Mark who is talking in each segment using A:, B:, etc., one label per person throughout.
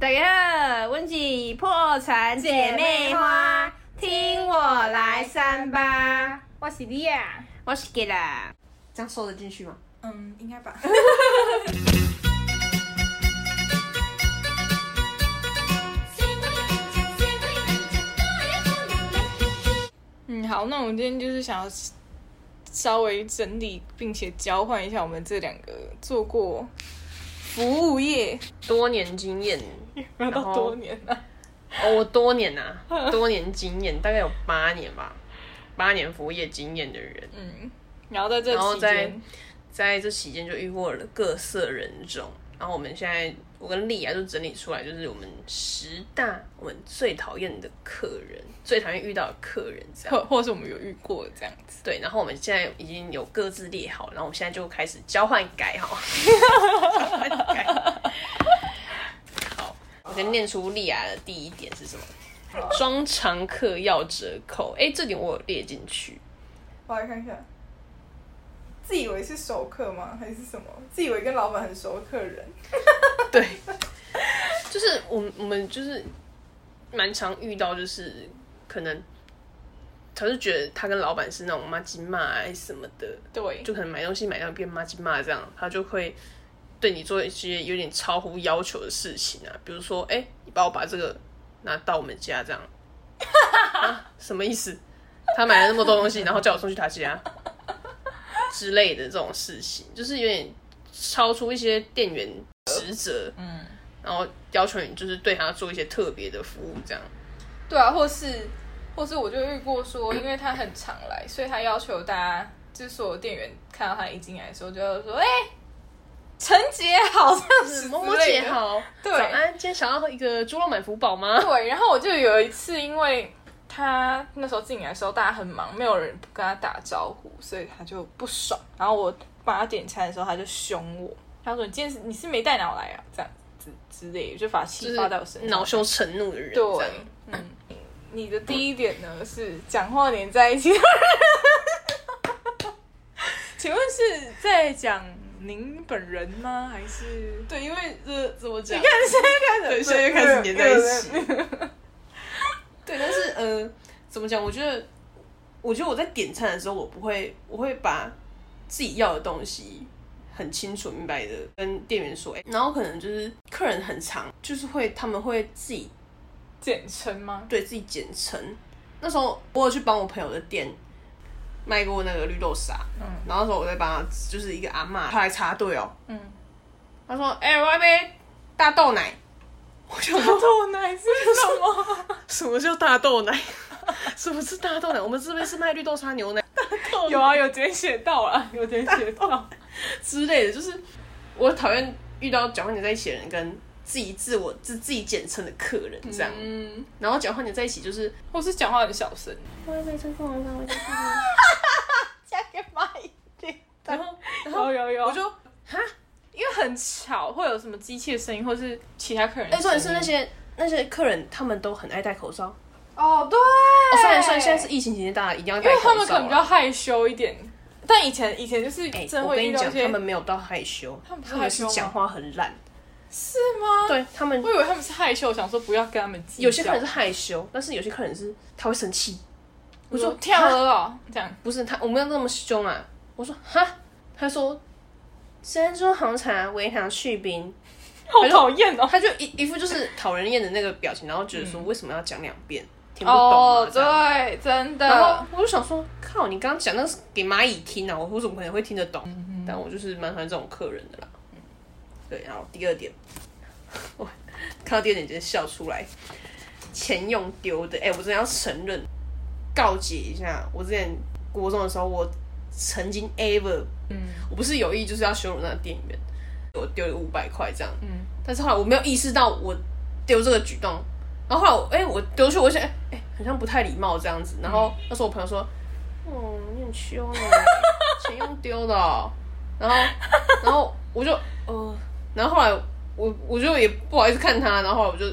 A: 大家好，阮是破产姐妹花，听我来三八，
B: 我是啊莉亚。
A: 我是给啦。
C: 这样收得进去吗？
B: 嗯，应该吧。嗯，好，那我们今天就是想要稍微整理并且交换一下我们这两个做过服务业，
C: 多年经验，
B: 不要
C: 然
B: 到
C: 后
B: 多年了，
C: 哦，我多年呐、啊，多年经验，大概有八年吧，八年服务业经验的人，
B: 嗯，然后在这
C: 然后
B: 期
C: 在
B: 间，
C: 在这期间就遇过了各色人种。然后我们现在，我跟丽雅就整理出来，就是我们十大我们最讨厌的客人，最讨厌遇到的客人这样。
B: 或或是我们有遇过这样子，
C: 对，然后我们现在已经有各自列好，然后我们现在就开始交换改好。 交换改好，我先念出莉亚的第一点是什么？装常客要折扣，哎、这点我有列进去。
D: 我来看一下，自以为是熟客吗？还是什么？自以为跟老板很熟的客人？
C: 对，就是我们我们就是蛮常遇到，就是可能他就觉得他跟老板是那种妈鸡骂啊什么的，
B: 对，
C: 就可能买东西买到变妈鸡骂这样，他就会对你做一些有点超乎要求的事情啊，比如说，哎、你帮我把这个拿到我们家这样，啊，什么意思？他买了那么多东西，然后叫我送去他家之类的这种事情，就是有点超出一些店员职责，
B: 嗯，
C: 然后要求你就是对他做一些特别的服务这样。
B: 对啊，或是或是我就遇过说，因为他很常来，所以他要求大家，就是所有店员看到他一进来的时候，就要说：“哎、陈姐好，像是
C: 某
B: 之
C: 某
B: 类
C: 姐
B: 的。
C: 好，
B: 对
C: 早安，今天想要一个猪肉满福 宝吗？
B: 对，然后我就有一次，因为他那时候进来的时候大家很忙，没有人跟他打招呼，所以他就不爽。然后我帮他点餐的时候，他就凶我，他说：“你今天是你是没带脑来啊？”这样子之类的，就把
C: 就
B: 气
C: 是
B: 发在我身上，
C: 恼羞成怒的人，这
B: 对
C: 样。，
B: 嗯，你的第一点呢是讲话连在一起 的人，请问是在讲您本人吗？还是
C: 对，因为这怎么讲？
B: 对
C: 对，现在又开始黏在一起。对，但是呃，怎么讲？我觉得，我觉得我在点餐的时候，我不会，我会把自己要的东西很清楚明白的跟店员说、欸然后可能就是客人很长，就是会他们会自己
B: 简称吗？
C: 对自己简称。那时候我有去帮我朋友的店卖过那个绿豆沙，嗯，然后那时候我在帮他，就是一个阿嬷，她来插队哦，
B: 嗯，
C: 她说：“哎、我要一杯大豆奶。”我想说
B: 豆奶是什么？
C: 什么叫大豆奶？ 什么是大豆奶？我们这边是卖绿豆沙牛奶
B: 有啊，有点写到啦，有点写到。
C: 之类的，就是我讨厌遇到讲话黏在一起的人跟自己自我自自己简称的客人这样，
B: 嗯，
C: 然后讲话黏在一起就是
B: 或是讲话很小声，
D: 加给蚂蚁。
B: 然后然后有有，
C: 我就哈，
B: 因为很吵，会有什么机器的声音，或是其他客人的
C: 哎，重
B: 声音。
C: 点是那些那些客人他们都很爱戴口罩，哦、
D: 哦，对。
C: 虽然虽然现在是疫情期间，大家一定要
B: 哎因
C: 戴
B: 为
C: 口罩
B: 他
C: 啊，
B: 们可能比较害羞一点，但以前以前就是
C: 哎、
B: 真的
C: 我跟
B: 会
C: 你
B: 遇到
C: 讲，
B: 一些、
C: 他们没有到害羞，
B: 他们不是
C: 他们是
B: 害羞吗
C: 讲话很烂，
B: 是吗？，
C: 对他们
B: 我以为他们是害羞，想说不要跟他们计较
C: 有些客人是害羞，但是有些客人是他会生气。
B: 我
C: 我
B: 说
C: 说
B: 跳了哦，这样
C: 不是他，我没有那么凶啊。我说哈，他说珍珠红茶微糖去冰，
B: 好讨厌哦。嗯
C: 他就一一副就是讨人厌的那个表情，然后觉得说为什么要讲两遍，听不懂
B: 哦
C: 啊，这样
B: 对，真
C: 然后
B: 的，
C: 我就想说，靠，你刚刚讲那是给蚂蚁听啊，我我怎么可能会听得嗯懂？
B: 嗯
C: 但我就是蛮讨厌这种客人的啦。对，然后第二点， 我看到第二点直接笑出来，钱用丢的，哎、我真的要承认，告解一下，我之前国中的时候，我曾经 ever，
B: 嗯
C: 我不是有意就是要羞辱那个店员，我丢了五百块这样，
B: 嗯，
C: 但是后来我没有意识到我丢这个举动，然后后来我哎、我丢去，我想哎哎、好像不太礼貌这样子，然后
B: 嗯
C: 那时候我朋友说，哦你很凶
B: 啊
C: 哦， 钱用丢的哦、然后然后我就呃，然后后来我我就也不好意思看他，然后后来我就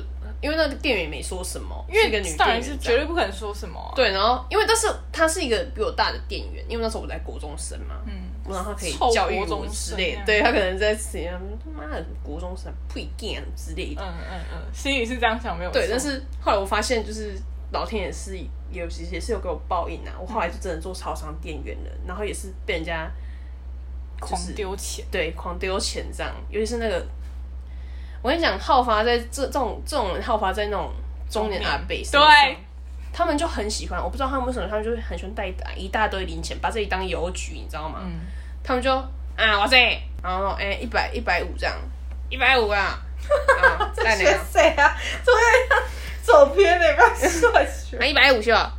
C: 因为那个店员也没说什么，
B: 因
C: 是一个
B: 为
C: 女
B: 当
C: 店员
B: 然是
C: 这
B: 绝
C: 样
B: 对不可能说什么啊、
C: 对，然后因为但是他是一个比我大的店员，因为那时候我在国中生嘛，
B: 嗯，
C: 不让他可以
B: 臭
C: 教育
B: 国
C: 我
B: 中
C: 之
B: 生
C: 类的
B: 啊。
C: 对他可能在死他妈的国中生呸干之类的。
B: 嗯嗯嗯，心里是这样想没有错
C: 对，但是后来我发现，就是老天也是有其实也是有给我报应啊。我后来就真的做超商店员了，然后也是被人家
B: 狂丢钱，
C: 对，狂丢钱这样，尤其是那个，我跟你讲，好发在这这种这种人好发在那种中年阿伯身上
B: 对，
C: 他们就很喜欢，我不知道他们为什么，他们就很喜欢带一大一大堆零钱，把自己当邮局，你知道吗？
B: 嗯，
C: 他们就啊，哇塞，然后哎，一百一百五这样，一百五啊，啊带
E: 嗯
C: 那
E: 学
C: 个，
E: 谁啊？怎么会走偏了？不要乱学。
C: 买一百五去了，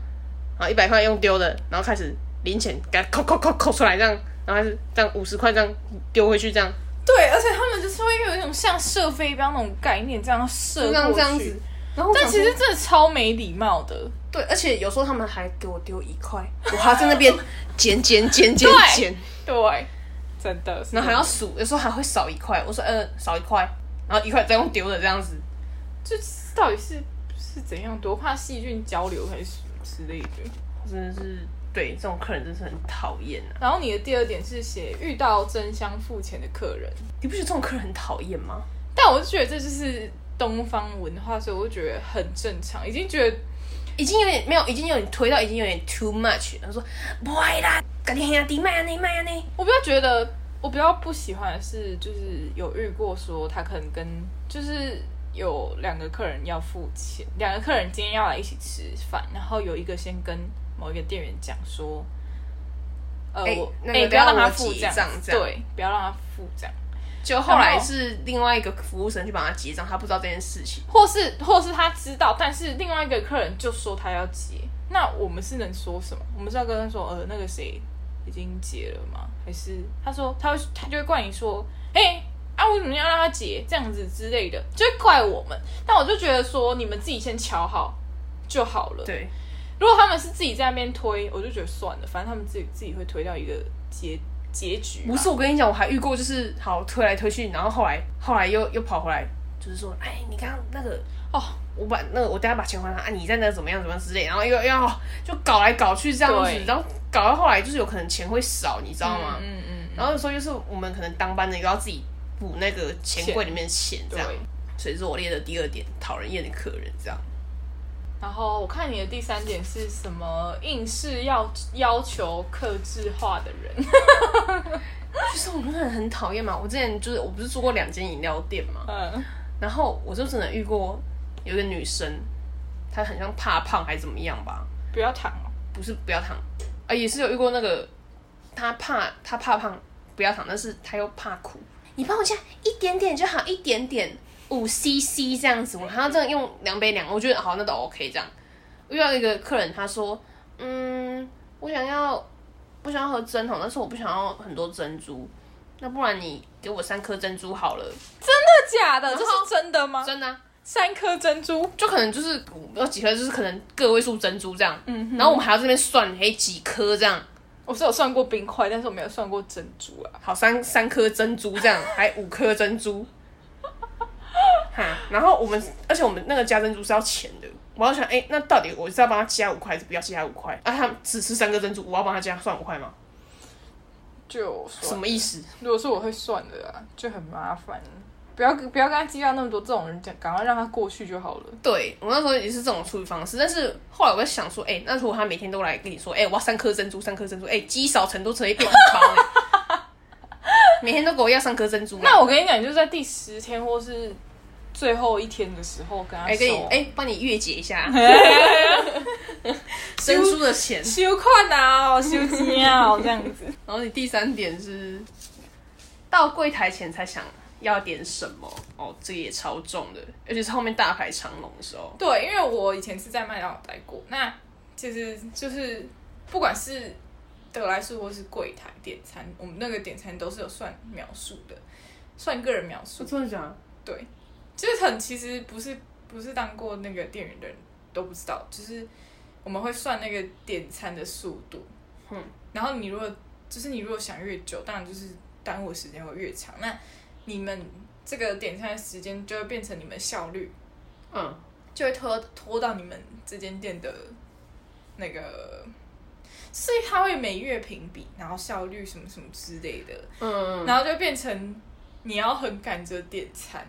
C: 啊，一百块用丢的，然后开始零钱给它扣扣扣扣出来这样，然后还是这样五十块这样丢回去这样，
B: 对，而且他们就是会有一种像射飞一般那种概念，这样射
C: 就这样
B: 过
C: 这样
B: 去
C: 子。。然后我
B: 但
C: 想
B: 其
C: 说
B: 实真的超没礼貌的，
C: 对，而且有时候他们还给我丢一块，我还要在那边捡捡捡捡
B: 对
C: 捡，
B: 对，真的。
C: 然后还要数，有时候还会少一块。我说呃少一块，然后一块再用丢的这样子。
B: 就是到底是是怎样，多怕细菌交流还是什么之类的。
C: 真的是对这种客人真是很讨厌啊！
B: 然后你的第二点是写遇到争相付钱的客人，
C: 你不觉得这种客人很讨厌吗？
B: 但我就觉得这就是东方文化，所以我就觉得很正常，已经觉得
C: 已经有点没有，已经有点推到已经有点 too much 了。他说不爱啦，赶紧黑啊，弟卖啊你卖啊你。
B: 我比较觉得，我比较不喜欢的是，就是有遇过说他可能跟就是有两个客人要付钱，两个客人今天要来一起吃饭，然后有一个先跟某一个店员讲说，呃，
C: 哎
B: 我哎、
C: 那个
B: 不要让他
C: 让我
B: 付
C: 结
B: 这样
C: 账
B: 子，
C: 这样
B: 对，不要让他付这样，
C: 就后来是另外一个服务生去帮他结账，他不知道这件事情。
B: 或是或是他知道，但是另外一个客人就说他要结，那我们是能说什么？我们是要跟他说，呃，那个谁已经结了吗？还是他说他会他就会怪你说，哎、啊，为什么要让他结这样子之类的，就会怪我们。但我就觉得说，你们自己先瞧好就好了。，
C: 对，
B: 如果他们是自己在那边推，我就觉得算了，反正他们自己自己会推到一个结结局嘛。
C: 不是，我跟你讲，我还遇过，就是好推来推去，然后后来后来又又跑回来，就是说，哎，你刚刚那个
B: 哦，
C: 我把那个我等下把钱还他，啊，你在那个怎么样怎么样之类，然后又又要就搞来搞去这样子
B: 对，
C: 然后搞到后来就是有可能钱会少，你知道吗？
B: 嗯嗯嗯，
C: 然后有时候就是我们可能当班的又要自己补那个钱柜里面的钱这
B: 对
C: 样，。所以这是我列的第二点，讨人厌的客人这样。
B: 然后我看你的第三点是什么？硬是要要求克制化的 人，
C: 就是我真的很讨厌嘛，我之前就是我不是做过两间饮料店嘛，
B: 嗯，
C: 然后我就只能遇过有一个女生，她很像怕胖还是怎么样吧，
B: 不要躺哦，
C: 不是不要躺，啊也是有遇过那个她怕她怕胖不要躺，但是她又怕苦，你帮我加一点点就好，一点点五 CC 这样子，我还要这样用量杯量，我觉得好那都 OK 这样。遇到一个客人，他说，嗯，我想要我想要喝针筒，但是我不想要很多珍珠，那不然你给我三颗珍珠好了，
B: 真的假的？这是真的吗？
C: 真的啊、
B: 三颗珍珠，
C: 就可能就是有几颗，就是可能个位数珍珠这样。
B: 嗯哼
C: 然后我们还要这边算，哎，几颗这样？
B: 我是有算过冰块，但是我没有算过珍珠啊。
C: 好，三三颗珍珠这样，还五颗珍 珠。哈，然后我们，而且我们那个加珍珠是要钱的。我要想，哎，那到底我是要帮他加五块，还是不要加五块？啊，他只吃三颗珍珠，我要帮他加算五块吗？
B: 就
C: 什
B: 算，
C: 么意思？
B: 如果是我会算的啊，就很麻烦。不要不要跟他计较那么多，这种人赶赶快让他过去就好了。
C: 对我那时候也是这种处理方式，但是后来我在想说，哎、那如果他每天都来跟你说，哎、我要三颗珍珠，三颗珍珠，哎、积少成多，成一变一包、哎 每天都给我要三颗珍珠啊，
B: 那我跟你讲，你就在第十天或是最后一天的时候跟他
C: 哎、跟你
B: 说，
C: 哎，帮、你月结一 下，珍珠的钱。
B: 修困啊，修机啊，这样子。
C: 然后你第三点是到柜台前才想要点什么，哦，这个也超重的，尤其是后面大排长龙的时候。
B: 对，因为我以前是在麦当劳待过，那其实就是不管是得来速或是柜台点餐，我们那个点餐都是有算秒数的，算个人秒数。
C: 真的假的？
B: 对，就是很其实不是不是当过那个店员的人都不知道，就是我们会算那个点餐的速度。
C: 嗯，
B: 然后你如果就是你如果想越久，当然就是耽误的时间会越长。那你们这个点餐的时间就会变成你们效率
C: 嗯，
B: 就会拖拖到你们这间店的那个所以他会每月评比，然后效率什么什么之类的，
C: 嗯
B: 然后就变成你要很赶着点餐，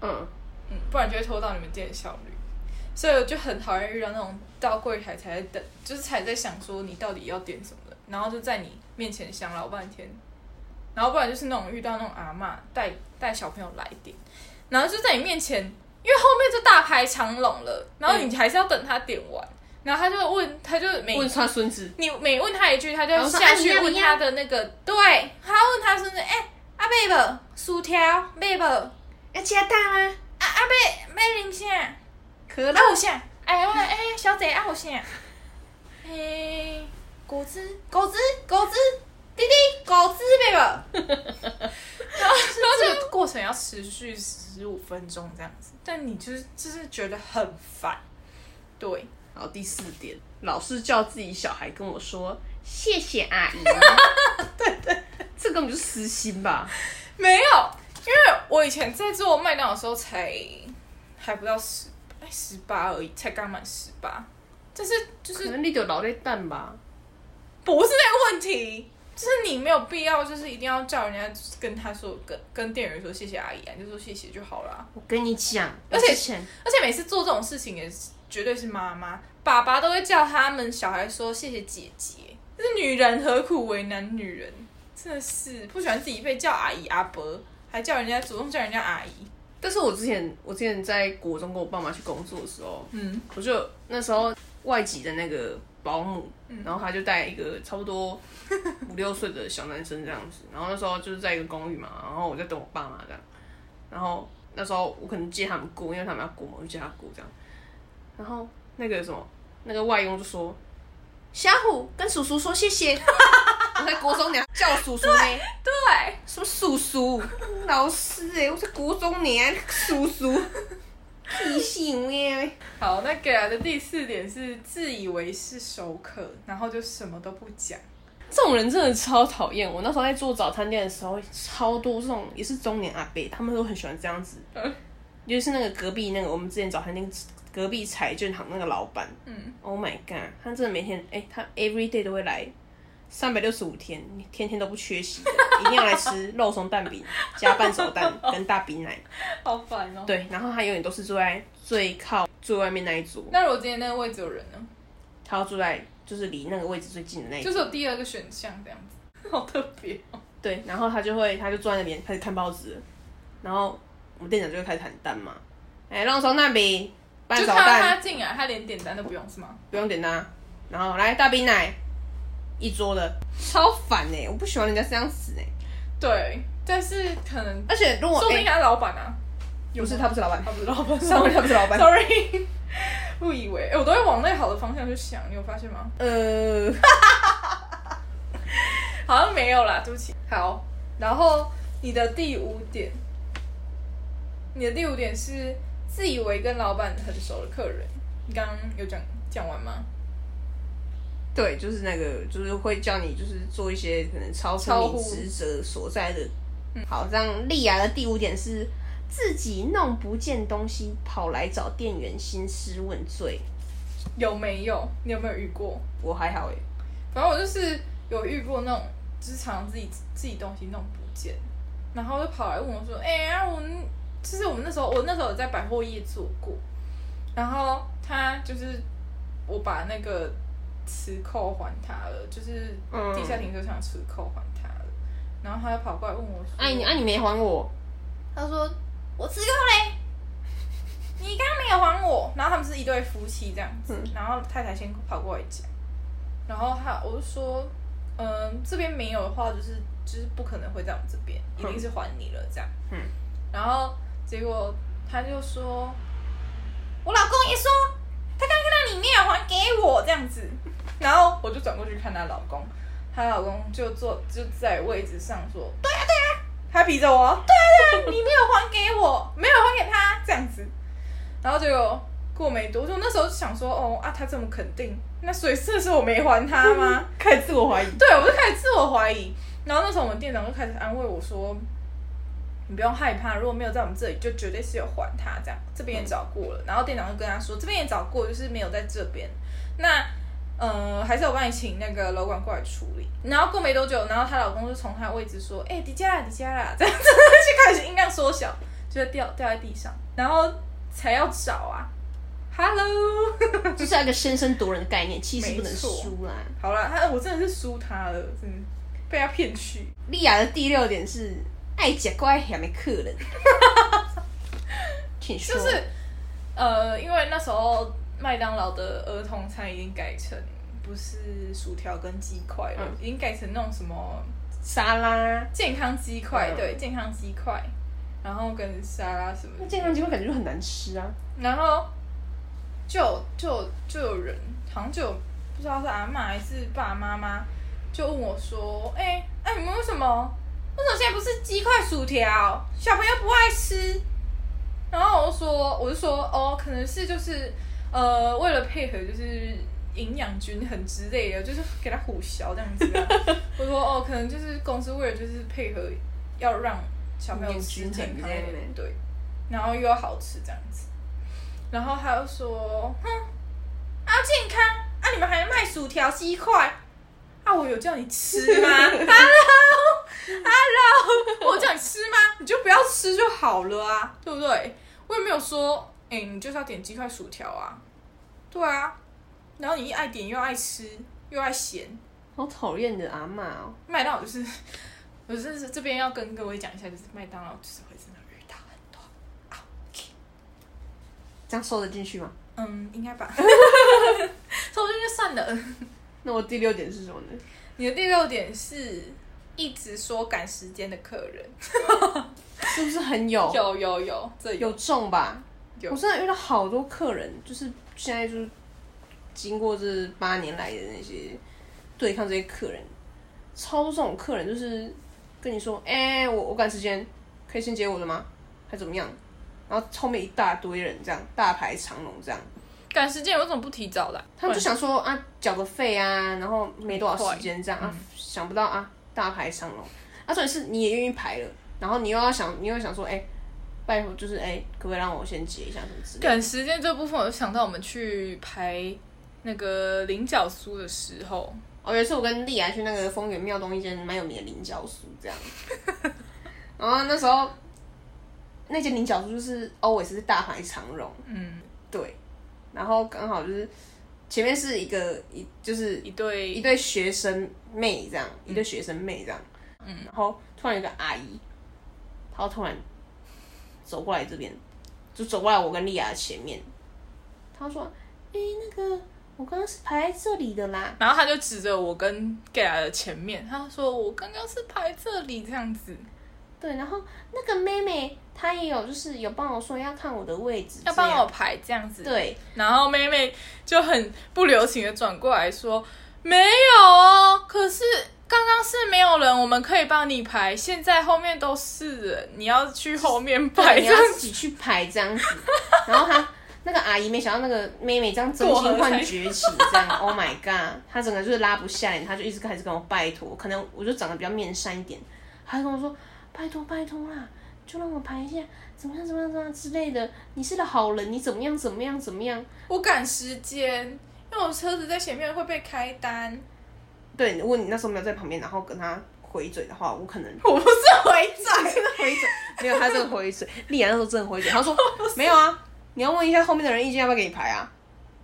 C: 嗯，
B: 嗯，不然就会拖到你们店的效率。所以我就很讨厌遇到那种到柜台才在等，就是才在想说你到底要点什么的，然后就在你面前想老半天，然后不然就是那种遇到那种阿嬷带带小朋友来点，然后就在你面前，因为后面就大排长龙了，然后你还是要等他点完，然后他就问，他就每
C: 问他孙子，
B: 你每问他一句，他就
C: 然后说
B: 下
A: 啊你
B: 去
A: 要
B: 问
A: 你要
B: 他的那个，对，他问他孙子，哎、阿贝伯薯条啊贝伯，啊
A: 要加大吗？
B: 阿贝贝零下，啊
A: 可乐
B: 有下，哎我哎小姐啊有下，哎果汁果汁果汁，弟弟果汁贝 伯，然后然后这个过程要持续十五分钟这样子，但你就是就是觉得很烦，对，
C: 然后第四点，老是叫自己小孩跟我说谢谢阿姨， 对对，这根本就是私心吧？
B: 没有，因为我以前在做麦当劳的时候才还不到十，哎十八而已，才刚满十八。但是就
C: 可
B: 是
C: 能你有脑袋蛋吧？
B: 不是那个问题，就是你没有必要，就是一定要叫人家跟他说跟跟店员说谢谢阿姨啊，你就说谢谢就好啦。
C: 我跟你讲，
B: 而且
C: 我之前
B: 而且每次做这种事情也是绝对是妈妈、爸爸都会叫他们小孩说谢谢姐姐。就是女人何苦为难女人？真的是不喜欢自己被叫阿姨阿伯，还叫人家主动叫人家阿姨。
C: 但是我之前我之前在国中跟我爸妈去工作的时候，
B: 嗯，
C: 我就那时候外籍的那个保姆，
B: 嗯
C: 然后他就带一个差不多五六岁的小男生这样子，然后那时候就是在一个公寓嘛，然后我在等我爸妈这样，然后那时候我可能接他们过，因为他们要过嘛，我就接他过这样，然后那个什么那个外佣就说。小虎跟叔叔说谢谢，我在国中你还叫我叔叔呢，
B: 对。
C: 什么叔叔？老师哎、我在国中你还叔叔，提醒耶。
B: 好，那给来的第四点是自以为是熟客，然后就什么都不讲。
C: 这种人真的超讨厌。我那时候在做早餐店的时候，超多这种也是中年阿伯，他们都很喜欢这样子。
B: 嗯
C: 尤其是那个隔壁那个我们之前早餐店隔壁财券行那个老板
B: 嗯，
C: ，Oh my god，他真的每天哎、他 every day 都会来，三百六十五天，天天都不缺席的，一定要来吃肉松蛋饼加半熟蛋跟大饼奶。
B: 好烦哦、，
C: 对，然后他永远都是坐在最靠最外面那一桌，
B: 那如果今天那个位置有人呢？
C: 他要坐在就是离那个位置最近的那一桌。
B: 就是有第二个选项这样 子，好特别哦、
C: 对，然后他就会，他就坐在那边开始看报纸，然后我们店长就会开始喊单嘛，哎、让我从那边 半
B: 就
C: 炒
B: 看到他
C: 蛋，
B: 进来，他连点单都不用是吗？
C: 不用点单，然后来大冰奶，一桌的，超烦哎、我不喜欢人家这样子哎、
B: 对，但是可能
C: 而且如果
B: 说不
C: 哎、
B: 定他是老板啊，
C: 不是 他不是老板，
B: 他不是老板
C: 上面他不是老 板，
B: ，sorry，误以为、哎，我都会往那个好的方向去想，你有发现吗？
C: 呃，
B: 好像没有啦，对不起。好，然后你的第五点，你的第五点是自以为跟老板很熟的客人，你刚刚有讲讲完吗？
C: 对，就是那个就是会叫你就是做一些可能超嗯
B: 超
C: 出
B: 乎
C: 你职责所在的。好，这样丽雅的第五点是自己弄不见东西，跑来找店员兴师问罪。
B: 有没有？你有没有遇过？
C: 我还好哎、
B: 反正我就是有遇过那种，就是常常自己自己东西弄不见，然后就跑来问我说：“哎、呀、我们就是我们那时候，我那时候有在百货业做过，然后他就是我把那个磁扣还他了，就是
C: 嗯
B: 地下停车场的磁扣还他了，然后他就跑过来问我说：‘
C: 哎、你哎、你没还我，
B: 他说我吃够嘞，你刚刚没有还我。然后他们是一对夫妻这样子，
C: 嗯
B: 然后太太先跑过来讲，然后他我就说，嗯、这边没有的话，就是就是不可能会在我们这边，一定是还你了这样。
C: 嗯，
B: 然后结果他就说，我老公也说，他刚刚你没有还给我这样子，然后我就转过去看她老公，她老公就坐就在位置上说，对啊对啊，他比着我，对啊对啊，你没有还给我，没有还给他这样子，然后就有过没多久，我那时候就想说，哦啊，他这么肯定，那所以这是我没还他吗？
C: 开始自我怀疑。
B: 对，我就开始自我怀疑。然后那时候我们店长就开始安慰我说：“你不用害怕，如果没有在我们这里，就绝对是有还他这样。这边也找过了，然后店长就跟他说，这边也找过，就是没有在这边。那嗯，还是我帮你请那个楼管过来处理。然后过没多久，然后她老公就从她位置说：“哎、迪迦啦，迪迦啦！”这样子就开始音量缩小，就掉掉在地上，然后才要找啊。Hello，
C: 就是要一个先声夺人的概念，气势不能
B: 没错
C: 输啦。
B: 好了，他我真的是输他了，真的被他骗去。
C: 莉亚的第六点是爱吃乖还没客 人，请说。
B: 就是呃，因为那时候麦当劳的儿童餐已经改成不是薯条跟鸡块了，
C: 嗯
B: 已经改成那种什么
C: 沙拉，
B: 健康鸡块，
C: 嗯
B: 对，健康鸡块，然后跟沙拉什么
C: 那
B: 的，
C: 健康鸡块感觉就很难吃啊。
B: 然后就有就有就有人好像就有不知道是阿嬷还是爸妈妈，就问我说：“哎、哎、你们为什么为什么现在不是鸡块薯条？小朋友不爱吃？”然后我就说：“我就说哦，可能是就是呃，为了配合就是营养均衡之类的，就是给他虎消这样子、啊。” 我说：“哦，可能就是公司为了就是配合要让小朋友吃健康一
C: 营养均衡之类
B: 点，
C: 的
B: 对，然后又要好吃这样子。”然后他又说：“哼，啊健康啊，你们还卖薯条鸡块啊？我有叫你吃 吗？Hello，Hello，我叫你吃吗？你就不要吃就好了啊，对不对？我也没有说，哎、你就是要点鸡块薯条啊，对啊。然后你一爱点又爱吃又爱咸，
C: 好讨厌的阿嬷哦，
B: 麦当劳就是， 我是这边要跟各位讲一下，就是麦当劳就是会真的遇到很多，
C: 这样收得进去吗？
B: 嗯，应该吧，所以我就觉得算了。”
C: 那我第六点是什么呢？
B: 你的第六点是一直说赶时间的客人，
C: 是不是很有
B: 有有有，这有
C: 有中吧？
B: 有
C: 我真的遇到好多客人，就是现在就是经过这八年来的那些对抗这些客人，超多这种客人就是跟你说，哎、我我赶时间，可以先接我的吗？还怎么样？然后后面一大堆人这样大排长龙这样，
F: 赶时间，为什么不提早来？
C: 他们就想说啊缴个费啊，然后没多少时间这样
F: 很
C: 啊，想不到啊大排长龙，啊重点是你也愿意排了，然后你又要想你又想说，哎、拜托就是哎、可不可以让我先接一下什么之类的。
F: 赶时间这部分，我就想到我们去排那个菱角酥的时候，
C: 哦，有一次我跟丽雅去那个丰原庙东一间蛮有名的菱角酥，这样。然后那时候那间菱角酥就是 always 是大排长龙，
F: 嗯，
C: 对。然后刚好就是前面是一个一就是
F: 一对
C: 一对学生妹这样，一对学生妹这样。嗯。然后突然有个阿姨，她突然走过来这边，就走过来我跟丽雅的前面，她说：“哎、那个我刚刚是排在这里的啦。”
F: 然后他就指着我跟 g a y 的前面，他说：“我刚刚是排这里这样子，
C: 对，然后那个妹妹她也有，就是有帮我说要看我的位置，
F: 要帮我排这样子。”
C: 这样。对，
F: 然后妹妹就很不留情的转过来说：“没有哦，可是刚刚是没有人，我们可以帮你排。现在后面都是人，你要去后面排
C: 对，你
F: 这
C: 要
F: 样
C: 自己去排这样子。然后她那个阿姨没想到那个妹妹这样真心换崛起，这样，Oh my god！她整个就是拉不下脸，她就一直开始跟我拜托，可能我就长得比较面善一点，她还跟我说拜托拜托啦。就让我排一下，怎么样怎么样怎么样之类的。你是个好人，你怎么样怎么样怎么样？
B: 我赶时间，因为我车子在前面会被开单，
C: 对，如果你那时候没有在旁边，然后跟她回嘴的话，我可能
B: 我不是回转，
C: 回嘴，没有，他真的回嘴。丽雅那时候真的回嘴，他说没有啊，你要问一下后面的人意见，要不要给你排啊？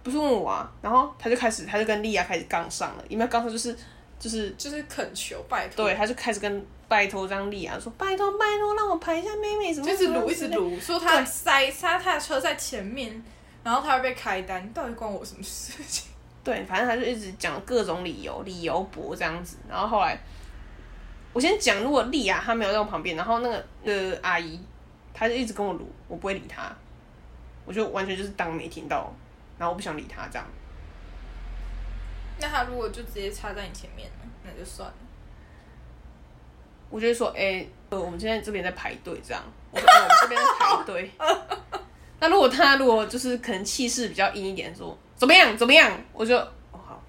C: 不是问我啊，然后他就开始，他就跟丽雅开始杠上了，有没有杠上就是就是
B: 就是恳求拜托，
C: 对，，他就开始跟拜托张丽雅说拜托拜托，让我排一下妹妹什么，
B: 就是撸一
C: 什
B: 直
C: 么之类的。
B: 撸，说他塞塞他的车在前面，然后他会被开单，到底关我什么事情？
C: 对，反正他就一直讲各种理由，理由驳这样子，然后后来我先讲，如果丽雅她没有在我旁边，然后那个呃阿姨，她就一直跟我撸，我不会理她，我就完全就是当没听到，然后我不想理她这样。
B: 那他如果就直接插在你前面呢，那就算了。
C: 我就会说，哎、呃，我们现在这边在排队，这样，我说、哦、我们这边在排队。那如果他如果就是可能气势比较硬一点，说怎么样怎么样，我就哦好，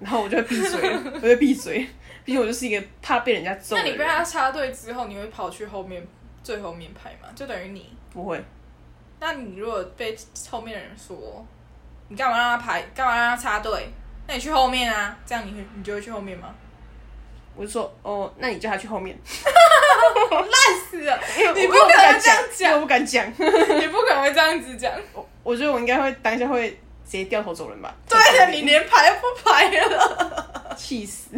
C: 然后我就会闭嘴了，我就闭嘴，毕竟我就是一个怕被人家揍
B: 那
C: 的
B: 你
C: 人。
B: 被他插队之后，你会跑去后面最后面排吗？就等于你
C: 不会，
B: 那你如果被后面的人说，你干嘛让他排，干嘛让他插队？那你去后面啊，这样你会你就会去后面 吗？
C: 我就说哦，那你叫他去后 面，
B: 是啊，
C: 因为我
B: 你不
C: 我
B: 可能
C: 敢
B: 这样
C: 因为我不敢讲，
B: 你不可能会这样子讲。
C: 我我觉得我应该会当下会直接掉头走人吧，
B: 对啊呀，你连排都不排了。
C: 气死，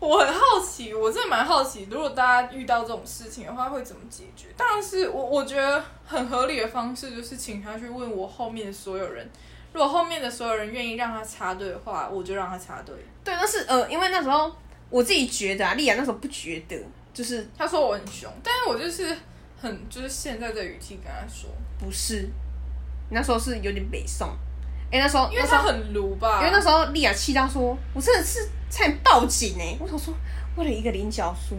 B: 我很好奇，我真的蛮好奇，如果大家遇到这种事情的话，会怎么解决？当然是我，我觉得很合理的方式就是请他去问我后面的所有人。如果后面的所有人愿意让他插队的话，我就让他插队。
C: 对，但是呃，因为那时候我自己觉得啊，丽雅那时候不觉得，就是
B: 他说我很凶，但是我就是很就是现在的语气跟他说，
C: 不是，你那时候是有点北宋，哎、那时候
B: 因为
C: 那时
B: 他
C: 候
B: 很鲁吧，
C: 因为那时候莉亚气到说，我真的是差点报警哎、我想说，为了一个菱角酥，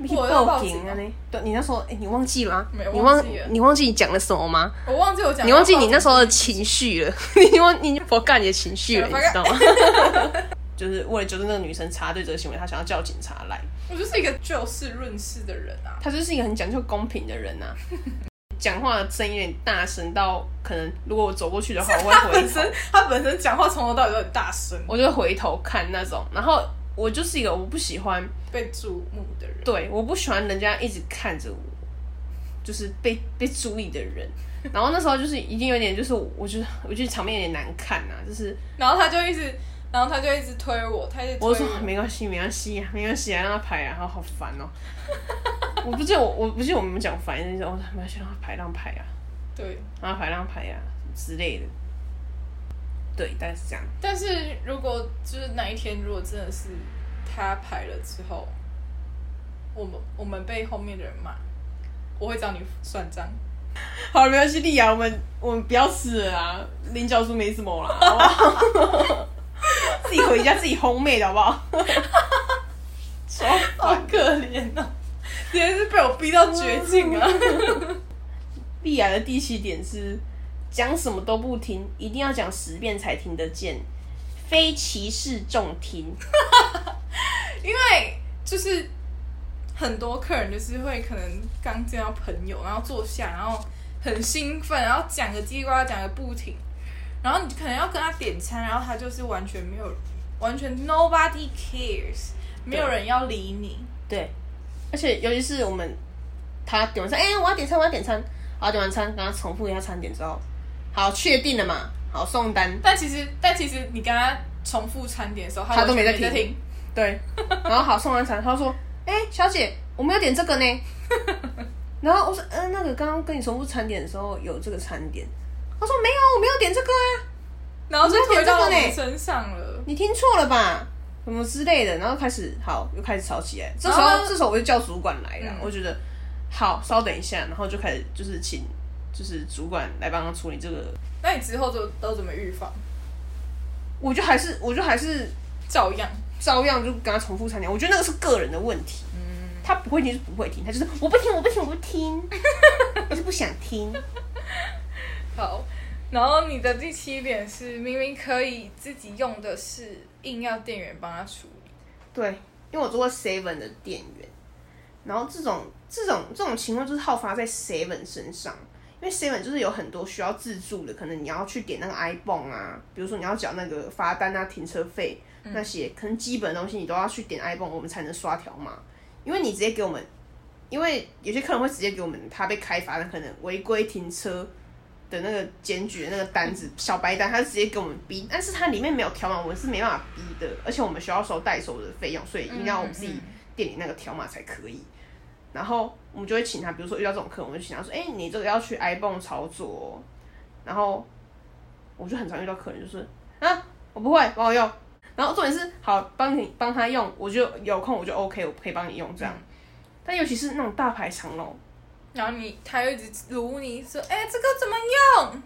C: 你去
B: 我要
C: 报
B: 报
C: 警
B: 警
C: 啊
B: 啊
C: 呢？对，你那时候，哎、你忘记了吗？
B: 没有
C: 你
B: 忘记了
C: 你忘记你讲了什么吗？
B: 我忘记我讲，
C: 你忘记你那时候的情绪了， 你忘你佛干你的情绪了，你
B: 佛
C: 知
B: 干
C: 道吗？ 就是为了纠正那个女生插队这个行为，她想要叫警察来。
B: 我就是一个就事论事的人啊。
C: 她就是一个很讲究公平的人呐、啊， 讲话的声音有点大声到，可能如果我走过去的话，我
B: 他
C: 会回
B: 本
C: 头。
B: 身他本身讲话从头到尾都很大声，
C: 我就会回头看那种，然后我就是一个我不喜欢
B: 被注目的人。
C: 对，我不喜欢人家一直看着我，就是被被注意的人。然后那时候就是已经有点，就是我觉得我觉得场面有点难看呐、就是
B: 然后他就一直，然后他就一直推我，他一直推
C: 我就说没关系，没关系啊，没关系啊，让他排啊，然后好烦哦、 我不记得我我不记得我们讲烦，就是哦，没关系，让他排，让他排啊，
B: 对。
C: 让他排，让他排啊之类的。对，大概是这样。
B: 但是如果就是哪一天，如果真的是他排了之后，我们我们被后面的人骂，我会找你算账。
C: 好了，没关系，丽雅，我们我们不要吃了啦，菱角酥没什么啦，好不好？ 自己回家自己烘焙的好不好？ 超
B: 好可怜哦，直接是被我逼到绝境啊！
C: 丽雅的第七点是讲什么都不听，一定要讲十遍才听得见，非歧视重听。
B: 因为就是很多客人就是会可能刚见到朋友，然后坐下，然后很兴奋，然后讲个叽里呱啦讲个不停，然后你可能要跟他点餐，然后他就是完全没有，完全 nobody cares，没有人要理你。
C: 对，而且尤其是我们他点完餐，哎、我要点餐，我要点餐，好，点完餐，跟他重复一下餐点之后，好，确定了嘛？好，送单。
B: 但其实，但其实你跟他重复餐点的时候，
C: 他
B: 他
C: 都没
B: 完全
C: 在
B: 没在
C: 听
B: 听。
C: 对，然后好送完餐，他说：“哎、小姐，我们要点这个呢。”然后我说：“嗯、那个刚刚跟你重复餐点的时候有这个餐点。”他说：“没有，我没有点这个啊，
B: 然后就
C: 你在
B: 回
C: 点这个
B: 到我
C: 呢
B: 们身上了。
C: 你听错了吧？什么之类的。”然后开始好，又开始吵起来。这时候，
B: 然后
C: 这时候我就叫主管来了，
B: 嗯
C: 我觉得好，稍等一下，然后就开始就是请就是主管来帮他处理这个。
B: 那你之后就都怎么预防？
C: 我就还是，我就还是
B: 照样。
C: 照样就跟他重复餐点。我觉得那个是个人的问题，他不会听就是不会听，他就是我不听，我不听，我不听，就是不想听。
B: 好，然后你的第七点是，明明可以自己用的是，硬要店员帮他处理。
C: 对，因为我做过 Seven 的店员，然后这种这种这种情况就是好发在 Seven 身上，因为 Seven 就是有很多需要自助的，可能你要去点那个 iPhone 啊，比如说你要缴那个罚单啊、停车费那些，可能基本的东西你都要去点 iPhone，我们才能刷条码，因为你直接给我们，因为有些客人会直接给我们他被开罚单，可能违规停车。的那个检举的那个单子，小白单，他直接给我们逼，但是它里面没有条码，我们是没办法逼的，而且我们需要收代收的费用，所以一定要我们自己店里那个条码才可以。然后我们就会请他，比如说遇到这种客人，我们就请他说：“哎、你这个要去 iPhone 操作、哦。”然后我就很常遇到客人就是啊，我不会，帮我用。然后重点是好帮你帮他用，我就有空我就 OK，我可以帮你用这样。但尤其是那种大排长龙，
B: 然后你他又一直撸你说，哎、这个怎么用？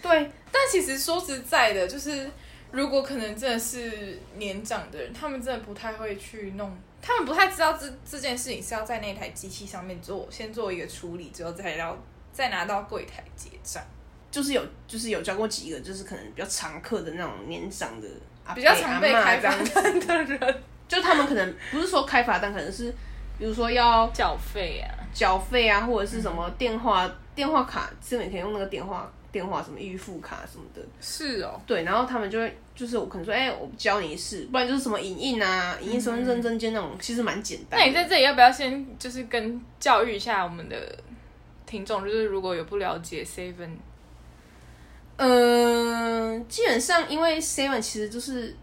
C: 对
B: 但其实说实在的，就是如果可能真的是年长的人，他们真的不太会去弄，他们不太知道这这件事情是要在那台机器上面做，先做一个处理之后再到再拿到柜台结账。
C: 就是有就是有教过几个，就是可能比较常客的那种年长的阿伯
B: 比较常被
C: 阿嬷
B: 开
C: 这
B: 罚
C: 样子，
B: 单的人，
C: 就他们可能不是说开罚单，可能是比如说要
G: 缴费啊，
B: 嗯
C: 缴费啊，或者是什么电话、电话卡，基本可以用那个电话电话，什么预付卡什么的。
B: 是哦，
C: 对，然后他们就会就是我可能说，哎、我教你一试，不然就是什么影印啊、影印身份证、证件那种，其实蛮简
B: 嗯
C: 单
B: 那
C: 的。
B: 你在这里要不要先就是跟教育一下我们的听众，就是如果有不了解 Seven，
C: 嗯、基本上因为 Seven 其实就是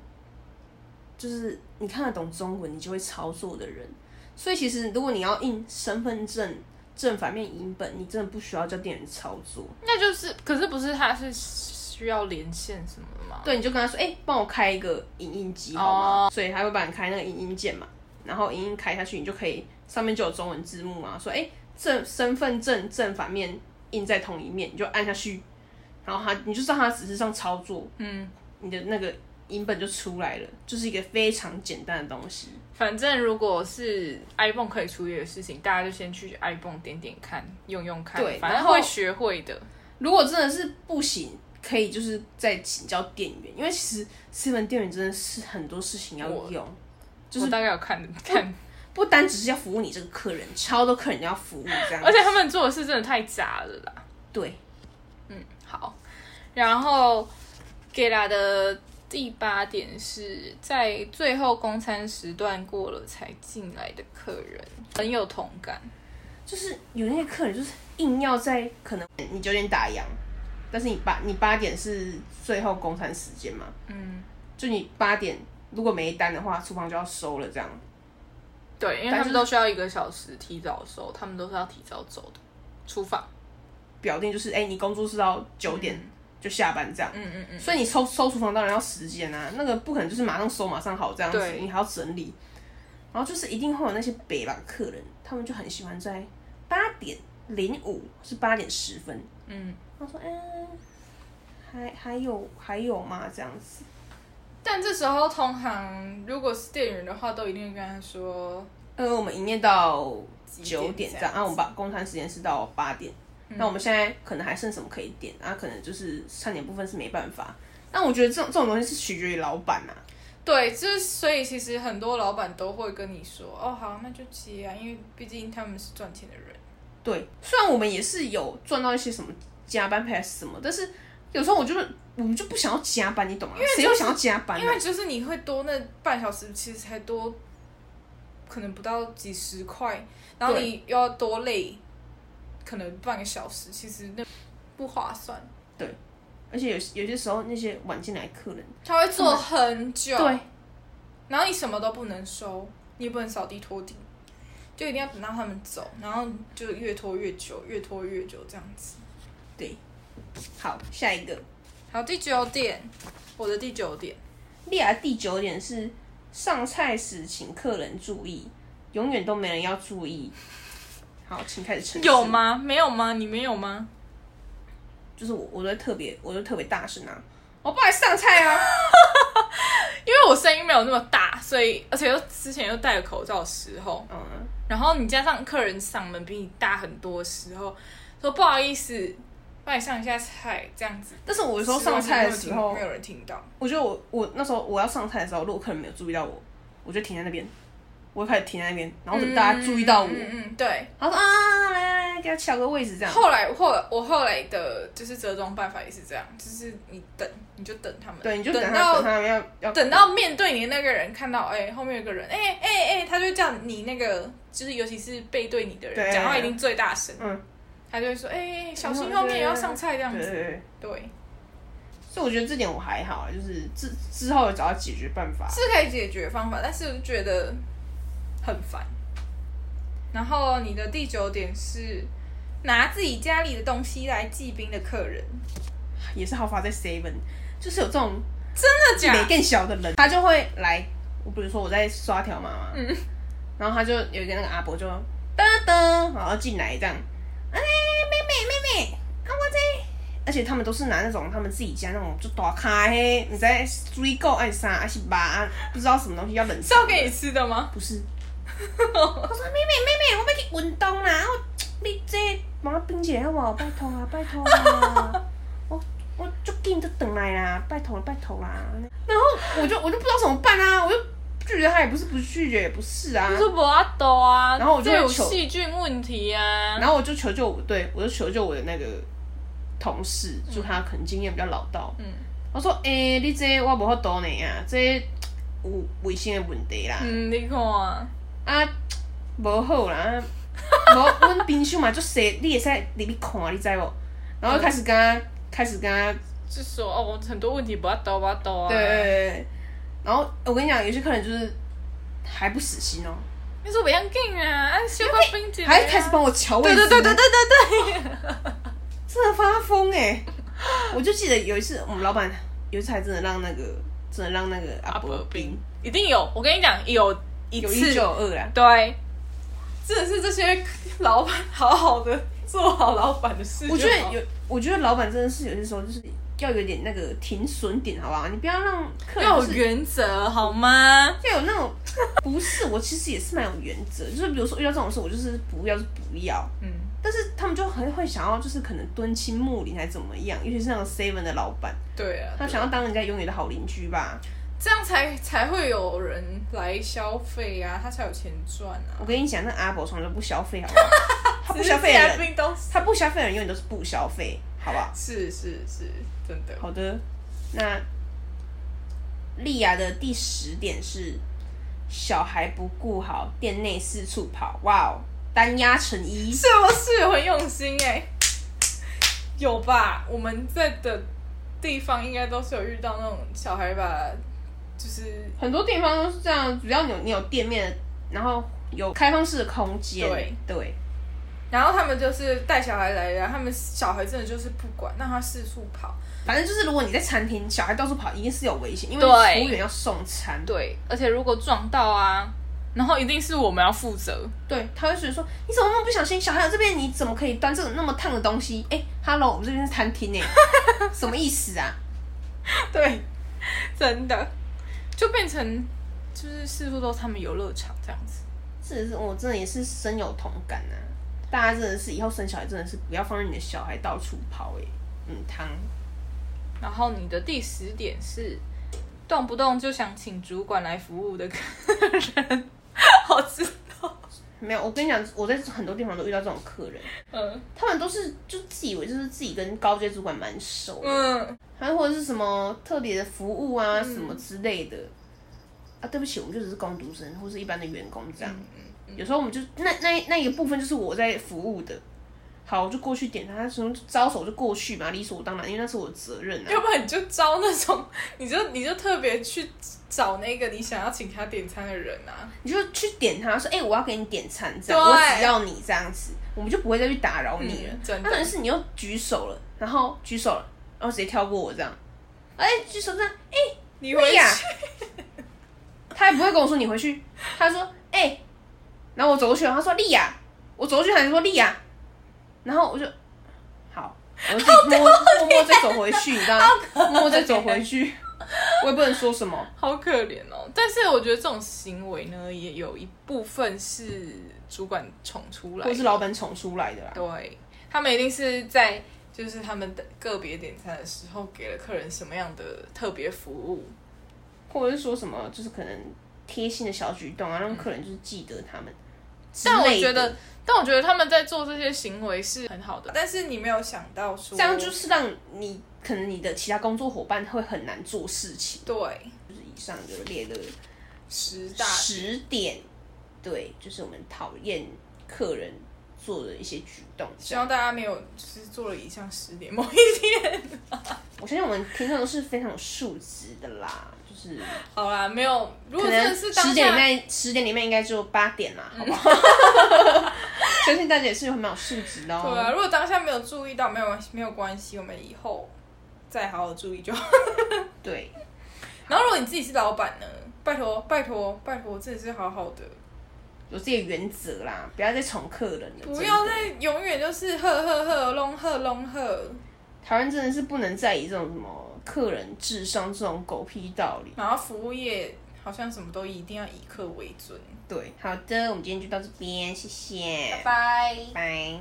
C: 就是你看得懂中文，你就会操作的人，所以其实如果你要印身份证正反面影本，你真的不需要叫店员操作。
B: 那就是可是不是他是需要连线什么的吗？
C: 对，你就跟他说，哎、帮我开一个影印机好吗？所以他会帮你开那个影印键嘛，然后影印开下去，你就可以上面就有中文字幕嘛，说，哎、正身份证正反面印在同一面，你就按下去，然后他你就知道他只是上操作，
B: 嗯，
C: 你的那个影本就出来了，就是一个非常简单的东西。
B: 反正如果是 iPhone 可以处理的事情，大家就先去 iPhone 点点看，用用看，
C: 对
B: 反正
C: 然后
B: 会学会的。
C: 如果真的是不行，可以就是再请教店员，因为其实私门店员真的是很多事情要
B: 我
C: 用。就
B: 就是
C: 是
B: 大概有看看，
C: 不单只是要服务你这个客人，超多客人要服务这样。
B: 而且他们做的事真的太杂了啦。嗯
C: 对，
B: 好，然后给啦的第八点是在最后公餐时段过了才进来的客人，很有同感。
C: 就是有那些客人就是硬要在可能你九点打烊，但是你八你八点是最后公餐时间嘛，
B: 嗯，
C: 就你八点如果没单的话，厨房就要收了这样。
B: 对，因为他
C: 但是
B: 们都需要一个小时提早收，他们都是要提早走的。厨房，
C: 表定就是哎、你工作是到九点就下班这样，
B: 嗯嗯嗯，
C: 所以你收收厨房当然要时间啊，那个不可能就是马上收马上好这样子
B: 对，
C: 你还要整理，然后就是一定会有那些北吧客人，他们就很喜欢在八点零五是八点十分，
B: 嗯，
C: 他说嗯。还还有还有吗？这样子，
D: 但这时候同行如果是店员的话，都一定会跟他说，
C: 呃，我们营业到
D: 几点
C: 九点嗯这
D: 这
C: 样，
D: 样
C: 啊，我们把公餐时间是到八点，那我们现在可能还剩什么可以点，啊，可能就是餐点部分是没办法。但我觉得这种这种东西是取决于老板啊，
D: 对，就是所以其实很多老板都会跟你说，哦好，那就接啊，因为毕竟他们是赚钱的人。
C: 对，虽然我们也是有赚到一些什么加班费还是什么，但是有时候我就是我们就不想要加班，你懂吗？谁会想要加班、啊？
D: 因为就是你会多那半小时，其实才多，可能不到几十块，然后
C: 对
D: 你又要多累，可能半个小时，其实那不划算。
C: 而且有有些时候那些晚进来的客人，
D: 他会做很久，
C: 对，
D: 然后你什么都不能收，你也不能扫地拖地，就一定要等到他们走，然后就越拖越久，越拖越久这样子。
C: 好，下一个，
D: 好，第九点，我的第九点，
C: 例亚第九点是上菜时请客人注意，永远都没人要注意。好，请开始陈述
B: 有？吗？没有吗？你没有吗？
C: 就是我，我都会特别，我都特别大声啊！我不来上菜啊！
B: 因为我声音没有那么大，所以而且又之前又戴了口罩的时候，
C: 嗯，
B: 然后你加上客人嗓门比你大很多的时候，说不好意思，帮你上一下菜这样子。
C: 但是我有时候上菜的时候
D: 没，有人听到，
C: 我觉得我我那时候我要上菜的时候，如果客人没有注意到我，我就停在那边，我会开始停在那边，然后等大家注意到我，
D: 嗯嗯嗯，对。
C: 然后说啊，来来来，给他抢个位置这样。
D: 后来后来我后来的就是折中办法也是这样，就是你等，你就等他们，
C: 对，你就等
D: 等
C: 他
D: 到
C: 等他要要
D: 等到面对你的那个人看到，哎、后面有个人，哎哎哎，他就叫你那个，就是尤其是背对你的
C: 对
D: 人，讲话一定最大声，
C: 嗯，
D: 他就会说，哎、哎，小心后面也要上菜这样
C: 对对
D: 子，
C: 对。
D: 对，
C: 所以我觉得这点我还好，就是之之后有找到解决办法。
D: 是可以解决方法，但是我就觉得很烦。然后你的第九点是拿自己家里的东西来祭宾的客人，
C: 也是好发在 seven，就是有这种
D: 真的
B: 啊
D: 假
C: 没更小的人，他就会来。我比如说我在刷条码嘛，然后他就有一个那个阿伯就噔噔，然后进来这样，哎，妹妹妹妹，啊我在，而且他们都是拿那种他们自己家那种就大卡嘿，你在水果爱啥还是吧，啊不知道什么东西要冷
D: 是
C: 藏
D: 要
C: 的，
D: 给你吃的吗？
C: 不是。我说妹妹妹妹，我要去运动 啦，我你这帮我冰姐好不好？拜托啊，拜托 啊，我我就紧就等来啦，拜托了，拜托啦。然后我就我就不知道怎么办啊，我就拒绝他也不是，不拒绝也不是啊
B: 他。说不要抖啊，
C: 然后我就
B: 这有
C: 求
B: 细菌问题啊。
C: 然后我就求救我，对我就求救我的那个同事，就他可能经验比较老道，
B: 嗯
C: 我说，诶、你这我无法度呢啊，这有卫生的问题啦，
B: 嗯，你看啊，
C: 啊，无 好啦，无，阮冰箱嘛足细，你会使入去看，你知无？然后
B: 嗯
C: 开始跟他，开始跟他，
B: 就说哦，我很多问题不要兜不要兜啊。
C: 对对对，对然后我跟你讲，有些客人就是还不死心哦，
B: 你说不要紧啊，啊，小花冰姐
C: 还开始帮我瞧位
B: 对
C: 置，
B: 对对对对对对，
C: 真的发疯哎、我就记得有一次，我们老板有一次还真的让那个，真的让那个阿伯冰
B: 一定有，我跟你讲，有一
C: 有一
B: 次
C: 就有二啦，啊
B: 对，
D: 真的是这些老板好好的做好老板的事就好。
C: 我觉得有，我觉得老板真的是有些时候就是要有点那个停损点，好不好？你不要让客人
B: 要
C: 就
B: 有
C: 是
B: 原则好吗？
C: 要有那种不是我其实也是蛮有原则，就是比如说遇到这种事，我就是不要是不要。
B: 嗯，
C: 但是他们就很会想要，就是可能敦亲睦邻还怎么样，尤其是那种 seven 的老板，
D: 对啊，
C: 他想要当人家永远的好邻居吧。
D: 这样才才会有人来消费啊，他才有钱赚啊。
C: 我跟你讲，那阿伯从来都不消费，好不好？他不消费的
D: 人，
C: 人，
D: 都是
C: 他不消费的人永远都是不消费，好不好？
D: 是是是，真的。
C: 好的，那莉亚的第十点是小孩不顾好，店内四处跑，哇哦，单压成一，
D: 是不是很用心哎、有吧？我们在的地方应该都是有遇到那种小孩吧，就是
C: 很多地方都是这样，只要你有你有店面，然后有开放式的空间，
D: 对
C: 对，
D: 然后他们就是带小孩来的，他们小孩真的就是不管，让他四处跑。
C: 反正就是如果你在餐厅，小孩到处跑，一定是有危险，因为
B: 对
C: 服务员要送餐，
B: 对，而且如果撞到啊，然后一定是我们要负责。
C: 对，他会觉得说你怎么那么不小心，小孩有这边你怎么可以端这种那么烫的东西？哎，hello，我们这边是餐 厅哎，什么意思啊？
B: 对，真的就变成就是四处都是他们游乐场这样子。
C: 这是我真的也是深有同感啊！大家真的是以后生小孩真的是不要放任你的小孩到处跑哎、嗯，汤
B: 然后你的第十点是，动不动就想请主管来服务的客人，好知道。
C: 没有，我跟你讲，我在很多地方都遇到这种客人，
B: 嗯
C: 他们都是就自以为就是自己跟高阶主管蛮熟的，
B: 嗯，
C: 还、有或者是什么特别的服务啊、什么之类的。啊，对不起，我们就只是工读生或是一般的员工这样。有时候我们就那那那一个部分就是我在服务的，好，我就过去点他，他从招手就过去嘛，理所当然，因为那是我的责任啊。
D: 要不然你就招那种， 你就你就特别去找那个你想要请他点餐的人啊。
C: 你就去点他说，哎、我要给你点餐，这样
D: 对
C: 我只要你这样子，我们就不会再去打扰你了
D: 嗯。真的
C: 当然是你又举手了，然后举手了，然后直接跳过我这样，哎、举手这样，哎、
D: 你
C: 对
D: 会
C: 呀、 他也不会跟我说你回去，他说，哎、然后我走过去了，他说丽亚，我走过去喊说丽亚，然后我就好，我就自己默默默默再走回去，你知道吗？默默再走回去，我也不能说什么。
B: 好可怜哦。但是我觉得这种行为呢，也有一部分是主管宠出来
C: 或
B: 的，
C: 是老板宠出来的啦，
B: 对，
D: 对，他们一定是在就是他们的个别点餐的时候，给了客人什么样的特别服务？
C: 或者是说什么，就是可能贴心的小举动啊，
D: 嗯
C: 让客人就是记得他们之类
B: 但
C: 的。
B: 我觉得，但我觉得他们在做这些行为是很好的。
D: 但是你没有想到说
C: 这样就是让你可能你的其他工作伙伴会很难做事情。
D: 对
C: 就是以上就列了
D: 十大
C: 十点，对，就是我们讨厌客人做的一些举动。
D: 希望大家没有就是做了以上十点某一 天。
C: 我相信我们听众都是非常有素质的啦，就是
D: 好啦，没有，如
C: 可
D: 果真
C: 能
D: 的是当
C: 十点里
D: 下，
C: 面，十点里面应该就八点啦，好 不好？相信大家也是很蛮有素质的哦。
D: 对啊，如果当下没有注意到，没有关系，没有关系，我们以后再好好注意就好。
C: 对，
D: 然后如果你自己是老板呢，拜托拜托拜托，真的是好好的，
C: 有自己的原则啦，不要再宠客人了。
D: 不要
C: 真的
D: 再永远就是呵呵呵弄呵弄呵，
C: 台湾真的是不能再以这种什么客人至上这种狗屁道理。
D: 然后服务业好像什么都一定要以客为尊。
C: 对，好的，我们今天就到这边，谢谢，
D: 拜。
C: 拜。